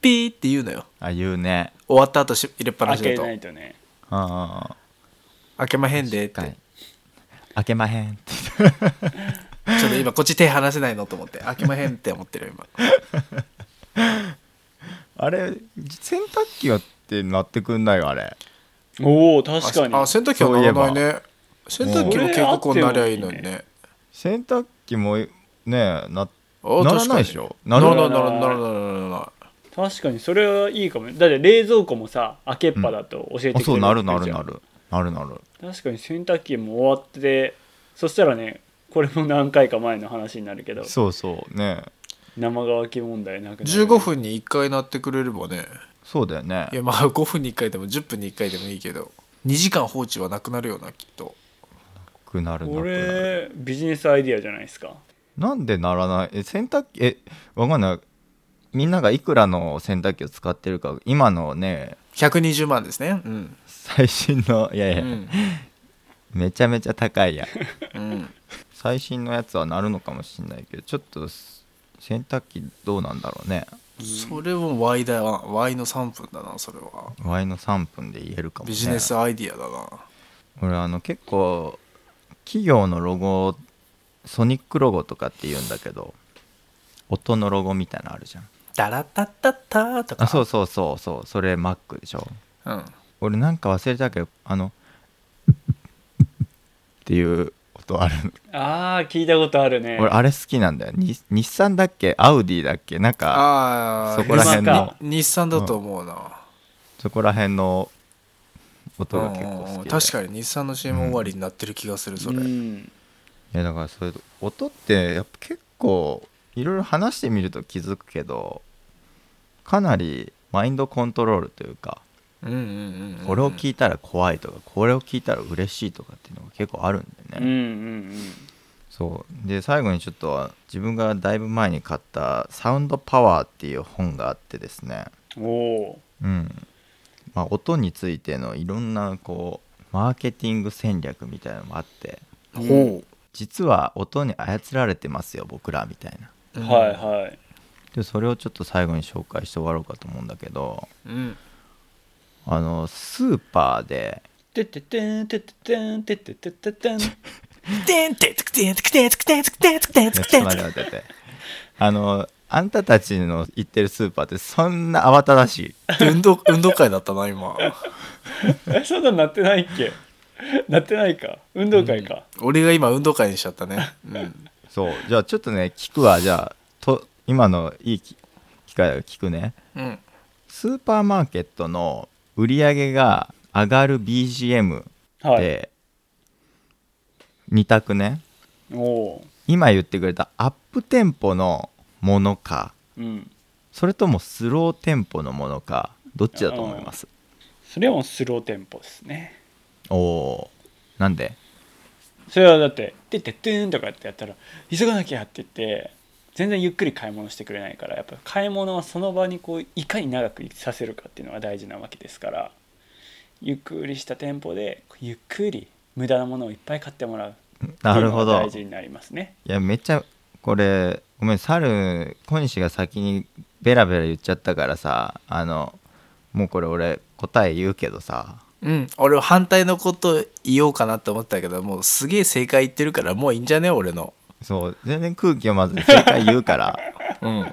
Speaker 4: ピーって言うのよ
Speaker 2: あ言うね
Speaker 4: 終わった後し入れっぱな
Speaker 3: 開
Speaker 4: しだ
Speaker 3: け
Speaker 4: と
Speaker 3: ないとね
Speaker 2: うんうんうん
Speaker 4: 開けまへんでって
Speaker 2: はい開けまへんって
Speaker 4: ちょっと今こっち手離せないのと思って開けまへんって思ってる今
Speaker 2: あれ洗濯機はってなってくんないよあれ
Speaker 3: おお確かに
Speaker 4: あ洗濯機はならないね洗
Speaker 2: ういえば
Speaker 4: 濯機も警告音なりゃいいのにね
Speaker 2: 洗濯機もねな
Speaker 4: あ
Speaker 2: な
Speaker 4: 確
Speaker 2: ら
Speaker 4: か
Speaker 2: ないで
Speaker 4: に
Speaker 2: しょ
Speaker 4: な
Speaker 2: な
Speaker 4: ら
Speaker 2: るな
Speaker 4: な
Speaker 2: い
Speaker 4: ならないならないならない
Speaker 3: 確かにそれはいいかもだって冷蔵庫もさ開けっぱだと教えてくれる
Speaker 2: あそうなるなる
Speaker 3: じゃん
Speaker 2: なるなるなる
Speaker 3: 確かに洗濯機も終わってそしたらねこれも何回か前の話になるけど
Speaker 2: そうそうね
Speaker 3: 生乾き問題なくなる
Speaker 4: 15分に1回なってくれればね
Speaker 2: そうだよね
Speaker 4: いやまあ5分に1回でも10分に1回でもいいけど2時間放置はなくなるよなきっと
Speaker 2: なくなるなく
Speaker 3: こ
Speaker 2: なる
Speaker 3: れビジネスアイディアじゃないですか
Speaker 2: なんでならないえ洗濯機えわかんないみんながいくらの洗濯機を使ってるか今のね
Speaker 4: 120万ですねうん
Speaker 2: 最新のいやいうや、
Speaker 4: ん、
Speaker 2: めちゃめちゃ高いやん
Speaker 4: うん、
Speaker 2: 最新のやつはなるのかもしんないけどちょっとす洗濯機どうなんだろうね
Speaker 4: それも Y だわ Y の3分だなそれは
Speaker 2: ワイの3分で言えるかもね
Speaker 4: ビジネスアイディアだな
Speaker 2: 俺あの結構企業のロゴソニックロゴとかって言うんだけど音のロゴみたいなのあるじゃん
Speaker 4: ダラタッタッターとか
Speaker 2: あそうそうそうそうそれ Mac でしょ
Speaker 4: うん
Speaker 2: 俺なんか忘れたけどあのっていう音ある、
Speaker 3: あー聞いたことあるね
Speaker 2: 俺あれ好きなんだよに日産だっけアウディだっけなんか
Speaker 4: ああ
Speaker 2: そこら辺
Speaker 3: 車
Speaker 2: の
Speaker 3: か
Speaker 4: 日産だと思うな、
Speaker 2: そこら辺の音
Speaker 4: うん
Speaker 2: が結構
Speaker 4: うん
Speaker 2: 好
Speaker 4: うん
Speaker 2: きで
Speaker 4: 確かに日産の CM 終わりになってる気がするそれ、
Speaker 3: うん
Speaker 2: いやだからそういう音ってやっぱ結構いろいろ話してみると気づくけどかなりマインドコントロールというか
Speaker 4: うんうんうんうん
Speaker 2: これを聞いたら怖いとかこれを聞いたら嬉しいとかっていうのが結構あるんだ
Speaker 3: う
Speaker 2: よ
Speaker 3: んう
Speaker 2: ね、
Speaker 3: ん
Speaker 2: そうで最後にちょっと自分がだいぶ前に買った「サウンドパワー」っていう本があってですね
Speaker 3: うんおお
Speaker 2: うんまあ音についてのいろんなこうマーケティング戦略みたいなのもあって
Speaker 4: ほ
Speaker 2: 実は音に操られてますよ僕らみたいな
Speaker 4: う、
Speaker 3: はいはい
Speaker 2: でそれをちょっと最後に紹介して終わろうかと思うんだけど
Speaker 4: い、うん、
Speaker 2: あのスーパーで
Speaker 3: てっててんてっててんてっててててん [LAUGHS]
Speaker 5: てんてつくてんつくてんつくてんつくてんつくてん
Speaker 2: ちょっと待って待って待ってあのあんたたちの行ってるスーパーってそんな慌ただしい
Speaker 4: 運動 [LAUGHS] 運動会だったな今
Speaker 3: えそうだなってないっけなってないか運動会か、
Speaker 4: 俺が今運動会にしちゃったね、うん、
Speaker 2: そうじゃあちょっとね聞くわじゃあと今のいいき機会だから聞くね
Speaker 4: うん、
Speaker 2: スーパーマーケットの売り上げが上がる BGM
Speaker 3: はい
Speaker 2: で2択ね
Speaker 3: おお
Speaker 2: 今言ってくれたアップテンポのものか
Speaker 3: ーうん
Speaker 2: それともスローテンポのものかどっちだと思います
Speaker 3: それはもうスローテンポですね
Speaker 2: おおーなんで
Speaker 3: それはだって「てってってん」とかってやったら「急がなきゃ」って言って全然ゆっくり買い物してくれないからやっぱ買い物はその場にこういかに長くさせるかっていうのが大事なわけですからゆっくりしたテンポでゆっくり無駄なものをいっぱい買ってもらうって
Speaker 2: ないる
Speaker 3: う
Speaker 2: ほ
Speaker 3: のが
Speaker 2: ど
Speaker 3: 大事になりますね。
Speaker 2: いやめっちゃこれごめん猿小西が先にベラベラ言っちゃったからさあのもうこれ俺答え言うけどさ
Speaker 4: うん、俺は反対のこと言おうかなって思ったけどもうすげえ正解言ってるからもういいんじゃね俺の
Speaker 2: そう全然空気をまず正解言うから
Speaker 4: うん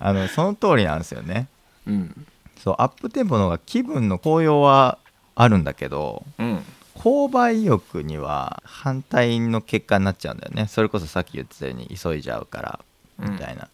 Speaker 2: あのその通りなんですよね
Speaker 4: うん
Speaker 2: そうアップテンポの方が気分の高揚はあるんだけど
Speaker 4: うん
Speaker 2: 購買意欲には反対の結果になっちゃうんだよねそれこそさっき言ってたように急いじゃうからみたいな、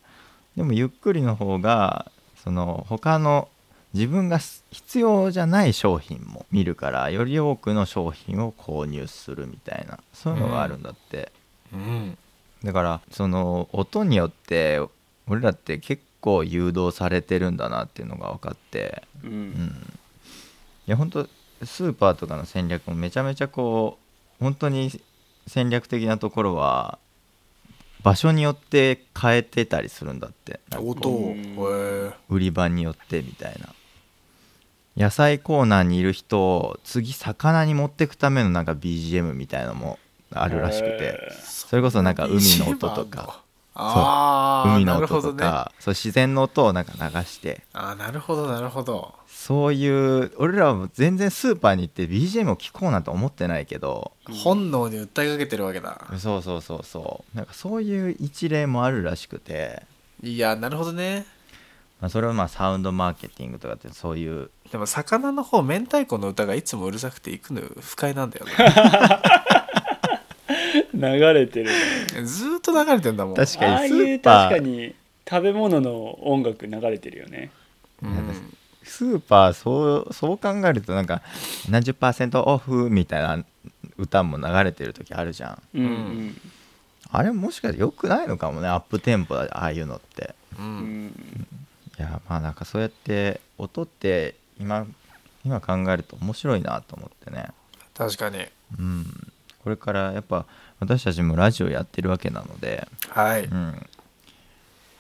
Speaker 2: でもゆっくりの方がその他の自分がす必要じゃない商品も見るからより多くの商品を購入するみたいなそういうのがあるんだって、
Speaker 4: うん
Speaker 2: だからその音によって俺らって結構誘導されてるんだなっていうのが分かって
Speaker 3: う、
Speaker 2: うんんいや本当スーパーとかの戦略もめちゃめちゃこう本当に戦略的なところは場所によって変えてたりするんだってなんか
Speaker 4: 音
Speaker 3: う
Speaker 4: を
Speaker 3: ん
Speaker 4: へ
Speaker 2: 売り場によってみたいな野菜コーナーにいる人を次魚に持ってくためのなんか BGM みたいのもあるらしくて
Speaker 3: へ
Speaker 2: それこそなんか海の音と
Speaker 4: 一番
Speaker 2: か
Speaker 4: ああ
Speaker 2: 海の
Speaker 4: なる
Speaker 2: 音
Speaker 4: ほ
Speaker 2: と
Speaker 4: どね
Speaker 2: か、そう自然の音をなんか流して
Speaker 4: ああなるほどなるほど
Speaker 2: そういう俺らはもう全然スーパーに行って BGM を聴こうなんて思ってないけど
Speaker 4: 本能に訴えかけてるわけだ
Speaker 2: そうそうそうそうなんかそういう一例もあるらしくて、
Speaker 4: いやなるほどね
Speaker 2: まあ、それをまあサウンドマーケティングとかってそういう
Speaker 4: でも魚の方明太子の歌がいつもうるさくて行くの不快なんだよね
Speaker 3: [LAUGHS] 流れてる
Speaker 4: ずーっと流れてんだもん
Speaker 2: 確
Speaker 3: あ
Speaker 2: か
Speaker 3: あ
Speaker 2: に
Speaker 3: い
Speaker 2: スー
Speaker 3: う
Speaker 2: パ
Speaker 3: 確か
Speaker 2: ー
Speaker 3: に食べ物の音楽流れてるよね
Speaker 4: うん
Speaker 2: スーパーそうそう考えるとなんか70%オフみたいな歌も流れてる時あるじゃん
Speaker 3: うん
Speaker 4: う
Speaker 2: あれもしかして良くないのかもねアップテンポだああいうのって
Speaker 3: う
Speaker 4: う
Speaker 3: んうんん
Speaker 2: いやまあなんかそうやって音って今今考えると面白いなと思ってね
Speaker 4: 確かに
Speaker 2: うんこれからやっぱ私たちもラジオやってるわけなので、
Speaker 4: はい、
Speaker 2: うん、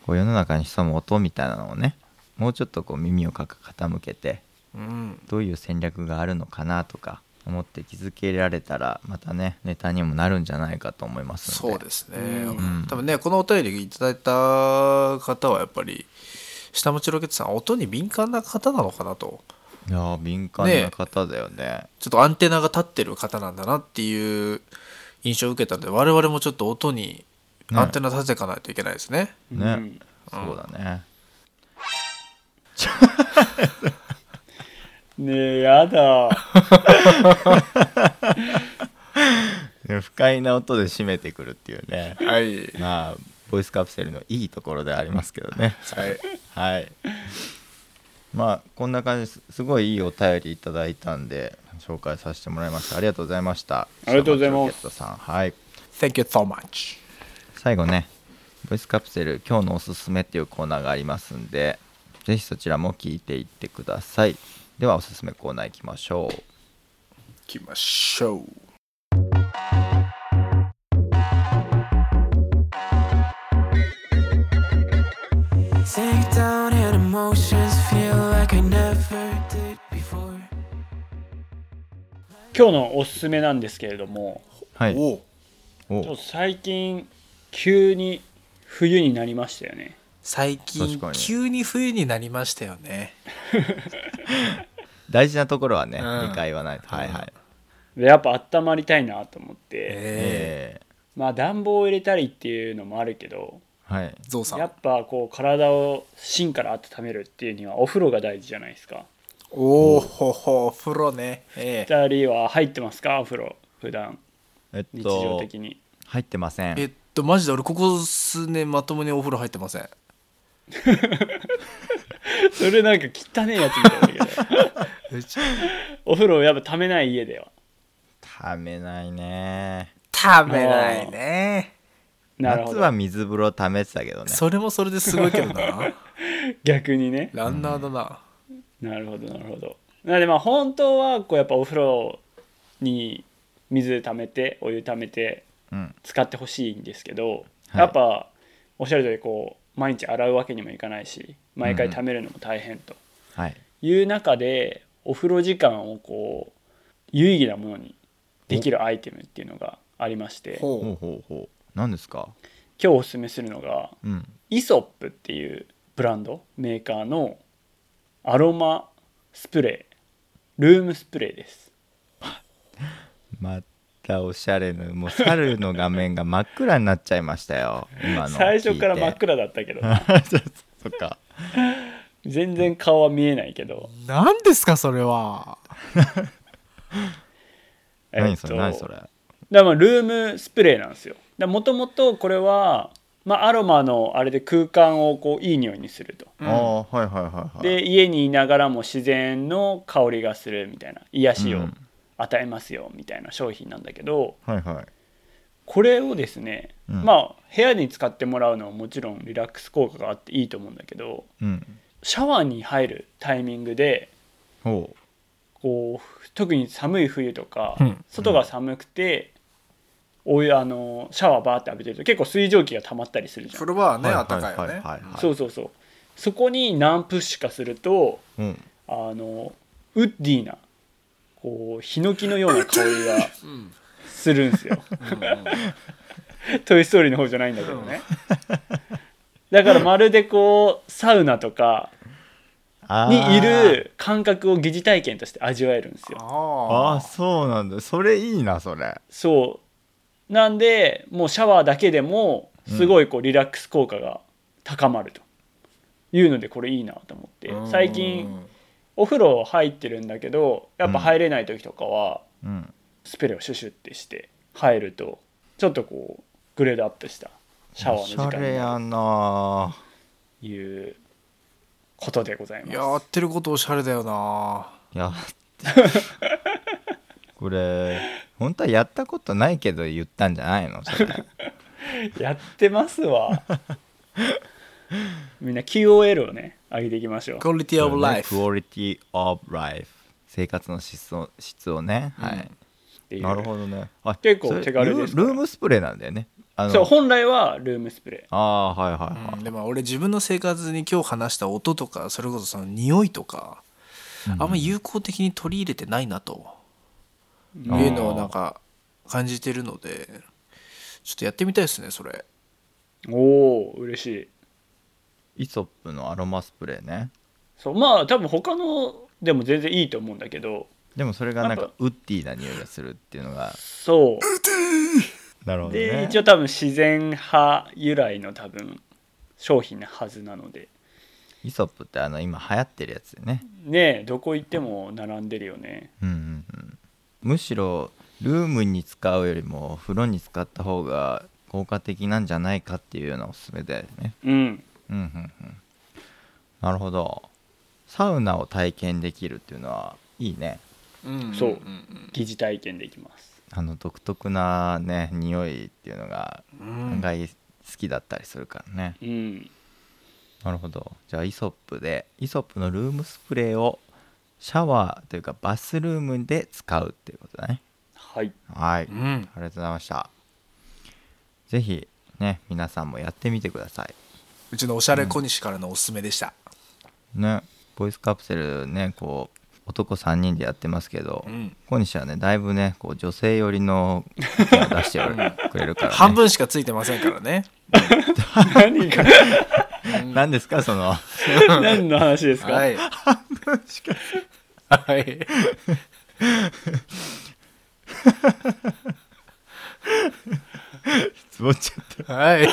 Speaker 2: こう世の中に潜む音みたいなのをねもうちょっとこう耳をかか傾けて
Speaker 4: うん、
Speaker 2: どういう戦略があるのかなとか思って気づけられたらまたねネタにもなるんじゃないかと思いますので
Speaker 4: そうですね、
Speaker 2: ん
Speaker 4: 多分ねこのお便りいただいた方はやっぱり下持ちロケットさん音に敏感な方なのかなと
Speaker 2: いやー敏感な方だよね
Speaker 4: ちょっとアンテナが立ってる方なんだなっていう印象を受けたので我々もちょっと音にアンテナ立てていかないといけないですね
Speaker 3: う
Speaker 2: ね、
Speaker 3: ん
Speaker 2: そうだね
Speaker 3: ねえやだ
Speaker 2: で不快な音で締めてくるっていうね
Speaker 4: はい、
Speaker 2: まあボイスカプセルのいいところではありますけどね
Speaker 4: は
Speaker 2: は
Speaker 4: い、
Speaker 2: いまあこんな感じですすごいいいお便りいただいたんで紹介させてもらいましたありがとうございました
Speaker 3: ありがとうございます
Speaker 2: 下町ロケットさんはい
Speaker 4: Thank you so much
Speaker 2: 最後ねボイスカプセル今日のおすすめっていうコーナーがありますんでぜひそちらも聞いていってくださいではおすすめコーナー行きましょう
Speaker 4: いきましょう
Speaker 3: 今日のおすすめなんですけれども
Speaker 2: はい
Speaker 4: おう
Speaker 2: お
Speaker 3: ちょっと最近急に冬になりましたよね
Speaker 4: 最
Speaker 2: 確
Speaker 4: 近
Speaker 2: かに
Speaker 4: 急に冬になりましたよね
Speaker 2: 大事なところはね、
Speaker 4: うん
Speaker 2: 理解はないとはいはい、
Speaker 3: でやっぱ温まりたいなと思って、
Speaker 4: え
Speaker 2: え
Speaker 3: まあ暖房を入れたりっていうのもあるけど
Speaker 2: ーはい
Speaker 4: ー、ゾウさ
Speaker 3: や
Speaker 4: ん
Speaker 3: っぱこう体を芯から温めるっていうにはお風呂が大事じゃないですか
Speaker 4: おおほほお風呂ねええ
Speaker 3: 2人は入ってますかお風呂普段
Speaker 2: えっ
Speaker 3: 日常
Speaker 2: と
Speaker 3: 的に、
Speaker 2: 入ってません
Speaker 4: えっとマジで俺ここ数年まともにお風呂入ってません
Speaker 3: それなんか汚ねえやつみたいだけどお風呂をやっぱためない家では
Speaker 2: ためないね
Speaker 4: 食べないね
Speaker 3: なるほ
Speaker 2: 夏は
Speaker 3: ど
Speaker 2: 水風呂ためてたけどね
Speaker 4: それもそれですごいけど [LAUGHS] な
Speaker 3: 逆にね
Speaker 4: ランナーだな、
Speaker 3: なるほどなるほどなのでまあ本当はこうやっぱお風呂に水溜めてお湯溜めて
Speaker 2: うん
Speaker 3: 使ってほしいんですけど、
Speaker 2: はい
Speaker 3: やっぱおっしゃる通りこう毎日洗うわけにもいかないし毎回溜めるのも大変と
Speaker 2: はい
Speaker 3: いう中でお風呂時間をこう有意義なものにできるアイテムっていうのがありまして今
Speaker 2: ほう
Speaker 4: ほ
Speaker 2: ほうほう何ですか
Speaker 3: 日おすすめするのが
Speaker 2: うん
Speaker 3: イソップっていうブランドメーカーのアロマスプレールームスプレーです
Speaker 2: またおしゃれなもう猿の画面が真っ暗になっちゃいましたよ今の
Speaker 3: 最初から真っ
Speaker 2: 聞
Speaker 3: 暗だったけど
Speaker 2: [LAUGHS] いてそっか
Speaker 3: [LAUGHS] 全然顔は見えないけど
Speaker 4: う何ですかそれは
Speaker 2: [LAUGHS] 何それ
Speaker 3: えっと
Speaker 2: 何それ
Speaker 3: だからまあルームスプレーなんですよもともとこれは、まあ、アロマのあれで空間をこういい匂いにすると、
Speaker 2: ああはいはいはいはい
Speaker 3: で家にいながらも自然の香りがするみたいな癒し
Speaker 2: う
Speaker 3: を
Speaker 2: ん
Speaker 3: 与えますよみたいな商品なんだけど、
Speaker 2: はいはい
Speaker 3: これをですね、
Speaker 2: うん
Speaker 3: まあ部屋に使ってもらうのはもちろんリラックス効果があっていいと思うんだけど
Speaker 2: うん
Speaker 3: シャワーに入るタイミングで
Speaker 2: ほ
Speaker 3: こう特に寒い冬とか、
Speaker 4: うん
Speaker 3: 外が寒くて、お湯あのシャワーバーって浴びてると結構水蒸気が溜まったりするじゃん
Speaker 4: 風呂場は
Speaker 2: う
Speaker 4: ね
Speaker 2: は
Speaker 4: 暖
Speaker 2: いはい
Speaker 4: かいよ
Speaker 2: はい
Speaker 4: ね
Speaker 2: はいはい
Speaker 3: そうそうそうそこに何プッシュかすると
Speaker 2: うん
Speaker 3: あのウッディーなこうヒノキのような香りがするんですよ。トイ・ストーリーの方じゃないんだけどね。だからまるでこうサウナとか
Speaker 2: あー
Speaker 3: にいる感覚を疑似体験として味わえるんですよ
Speaker 4: あ
Speaker 2: あーそうなんだそれいいなそれ
Speaker 3: そうなんでもうシャワーだけでもすごいこうリラックス効果が高まるというのでこれいいなと思って
Speaker 4: あ
Speaker 3: 最近お風呂入ってるんだけどやっぱ入れない時とかは
Speaker 2: うん
Speaker 3: スプレーをシュシュってして入るとちょっとこうグレードアップしたシャワーの時
Speaker 2: おしゃ
Speaker 3: 間
Speaker 2: れ
Speaker 3: にな
Speaker 2: やな
Speaker 3: るいうことでございます
Speaker 4: やってることおしゃれだよな
Speaker 2: やってこれ本当はやったことないけど言ったんじゃないのそ
Speaker 3: [LAUGHS]
Speaker 2: れ
Speaker 3: やってま
Speaker 2: [LAUGHS]
Speaker 3: すわみんな QOL をね上げていきましょう
Speaker 4: クオリティオブライ
Speaker 2: ク
Speaker 4: フ
Speaker 2: オリティオブライフ生活の質を質をね、はい
Speaker 3: っていう
Speaker 2: なるほどねあ
Speaker 3: 結構
Speaker 2: それ
Speaker 3: 手軽ですか
Speaker 2: ルー
Speaker 3: ら
Speaker 2: ルームスプレーなんだよねあの
Speaker 3: そう本来はルームスプレ
Speaker 2: ああーはいはいはい、
Speaker 4: うんでも俺自分の生活に今日話した音とかそれこそその匂いとかあんま有効的に取り入れてないなと
Speaker 3: ー
Speaker 4: いうのをなんか感じてるのでちょっとやってみたいですねそれ
Speaker 3: ーおお嬉しい
Speaker 2: イソップのアロマスプレーね
Speaker 3: そうまあ多分他のでも全然いいと思うんだけど
Speaker 2: でもそれがなん
Speaker 3: なん
Speaker 2: か
Speaker 3: か
Speaker 2: ウッディな匂いがするっていうのが
Speaker 3: そ
Speaker 2: なるほ
Speaker 3: う
Speaker 2: どね
Speaker 3: で一応多分自然派由来の多分商品なはずなので
Speaker 2: イソップってあの今流行ってるやつでね
Speaker 3: ねえどこ行っても並んでるよね
Speaker 2: うんうんうんむしろルームに使うよりも風呂に使った方が効果的なんじゃないかっていうようなおすすめだよね
Speaker 3: うん
Speaker 2: うんうんうんなるほどサウナを体験できるっていうのはいいね
Speaker 4: うん
Speaker 3: そうん疑似体験できます
Speaker 2: あの独特なね匂いっていうのが
Speaker 4: うん
Speaker 2: 案外好きだったりするからね、
Speaker 3: うん
Speaker 2: なるほどじゃあイソップでイソップのルームスプレーをシャワーというかバスルームで使うっていうことだね
Speaker 3: はい [LAUGHS]
Speaker 2: はい、
Speaker 4: う
Speaker 2: あ
Speaker 4: ん
Speaker 2: りがとうございましたぜひね皆さんもやってみてくださ
Speaker 4: うちのおしゃれ小西からのおすすめでした
Speaker 2: いねボイスカプセルねこう男3人でやってますけど、
Speaker 4: うん
Speaker 2: 小西はねだいぶねこう女性寄り
Speaker 4: [LAUGHS]
Speaker 2: の意見を出しておるくれるから、ね、
Speaker 4: 半分しかついてませんからね
Speaker 3: 何が
Speaker 2: [LAUGHS] 何ですかその
Speaker 3: 何の話ですか、
Speaker 4: [LAUGHS] はい半分しかはい
Speaker 2: つぼっちゃっ
Speaker 4: はい。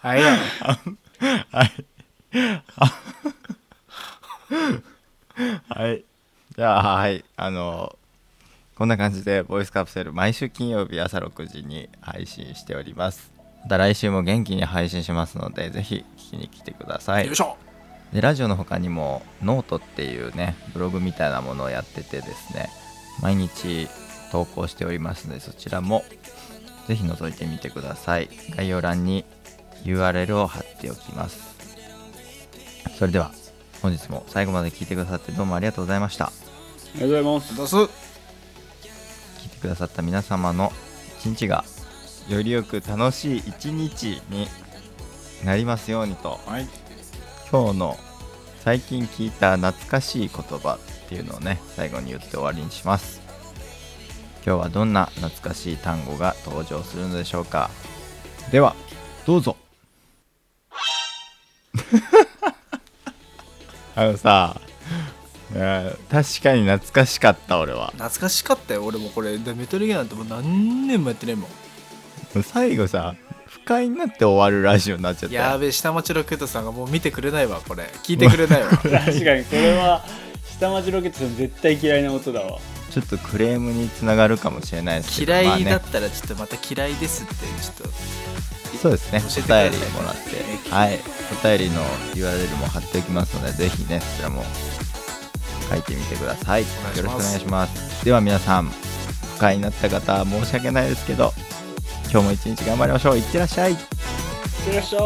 Speaker 4: はい。
Speaker 2: たはいじゃあはいあのこんな感じでボイスカプセル毎週金曜日朝6時に配信しておりますまた来週も元気に配信しますのでぜひ聞きに来てください
Speaker 4: よいしょ。
Speaker 2: でラジオの他にもノートっていうねブログみたいなものをやっててですね毎日投稿しておりますのでそちらもぜひ覗いてみてください概要欄に URL を貼っておきますそれでは本日も最後まで聞いてくださってどうもありがとうございました
Speaker 3: ありがとうございます
Speaker 4: どうす。
Speaker 2: 聞いてくださった皆様の一日がよりよく楽しい一日になりますようにと
Speaker 4: はい。
Speaker 2: 今日の最近聞いた懐かしい言葉っていうのをね最後に言って終わりにします今日はどんな懐かしい単語が登場するのでしょうかではどうぞ [LAUGHS] あのさいや確かに懐かしかった俺は
Speaker 4: 懐かしかったよ。俺もこれ、でメタルギアなんてもう何年もやってないもん。
Speaker 2: 最後さ不快になって終わるラジオになっちゃったよ
Speaker 4: やべえ、下町ロケットさんがもう見てくれないわ、これ。聞いてく
Speaker 2: [LAUGHS]
Speaker 4: れないわ。
Speaker 3: 確かにこれは下町ロケットさん絶対嫌いな音だわ
Speaker 2: ちょっとクレームにつながるかもしれないですけど
Speaker 4: 嫌い
Speaker 2: ま
Speaker 4: だ
Speaker 2: あ
Speaker 4: っ
Speaker 2: ね、
Speaker 4: たら、ちょっとまた嫌いですって、ちょっ
Speaker 2: そうですね
Speaker 4: 教えてくださ
Speaker 2: お
Speaker 4: い
Speaker 2: 便りもらってはいお便りの URL も貼っておきますのでぜひねそちらも書いてみてくださいよ
Speaker 4: 願
Speaker 2: ろ
Speaker 4: い
Speaker 2: し
Speaker 4: し
Speaker 2: くお願いし
Speaker 4: ます
Speaker 2: ますでは皆さん不快になった方は申し訳ないですけど今日も一日頑張りましょういってらっしゃい
Speaker 3: いってらっしゃい
Speaker 4: と、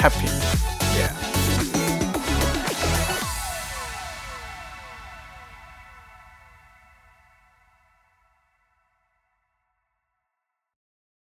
Speaker 4: ハッピー。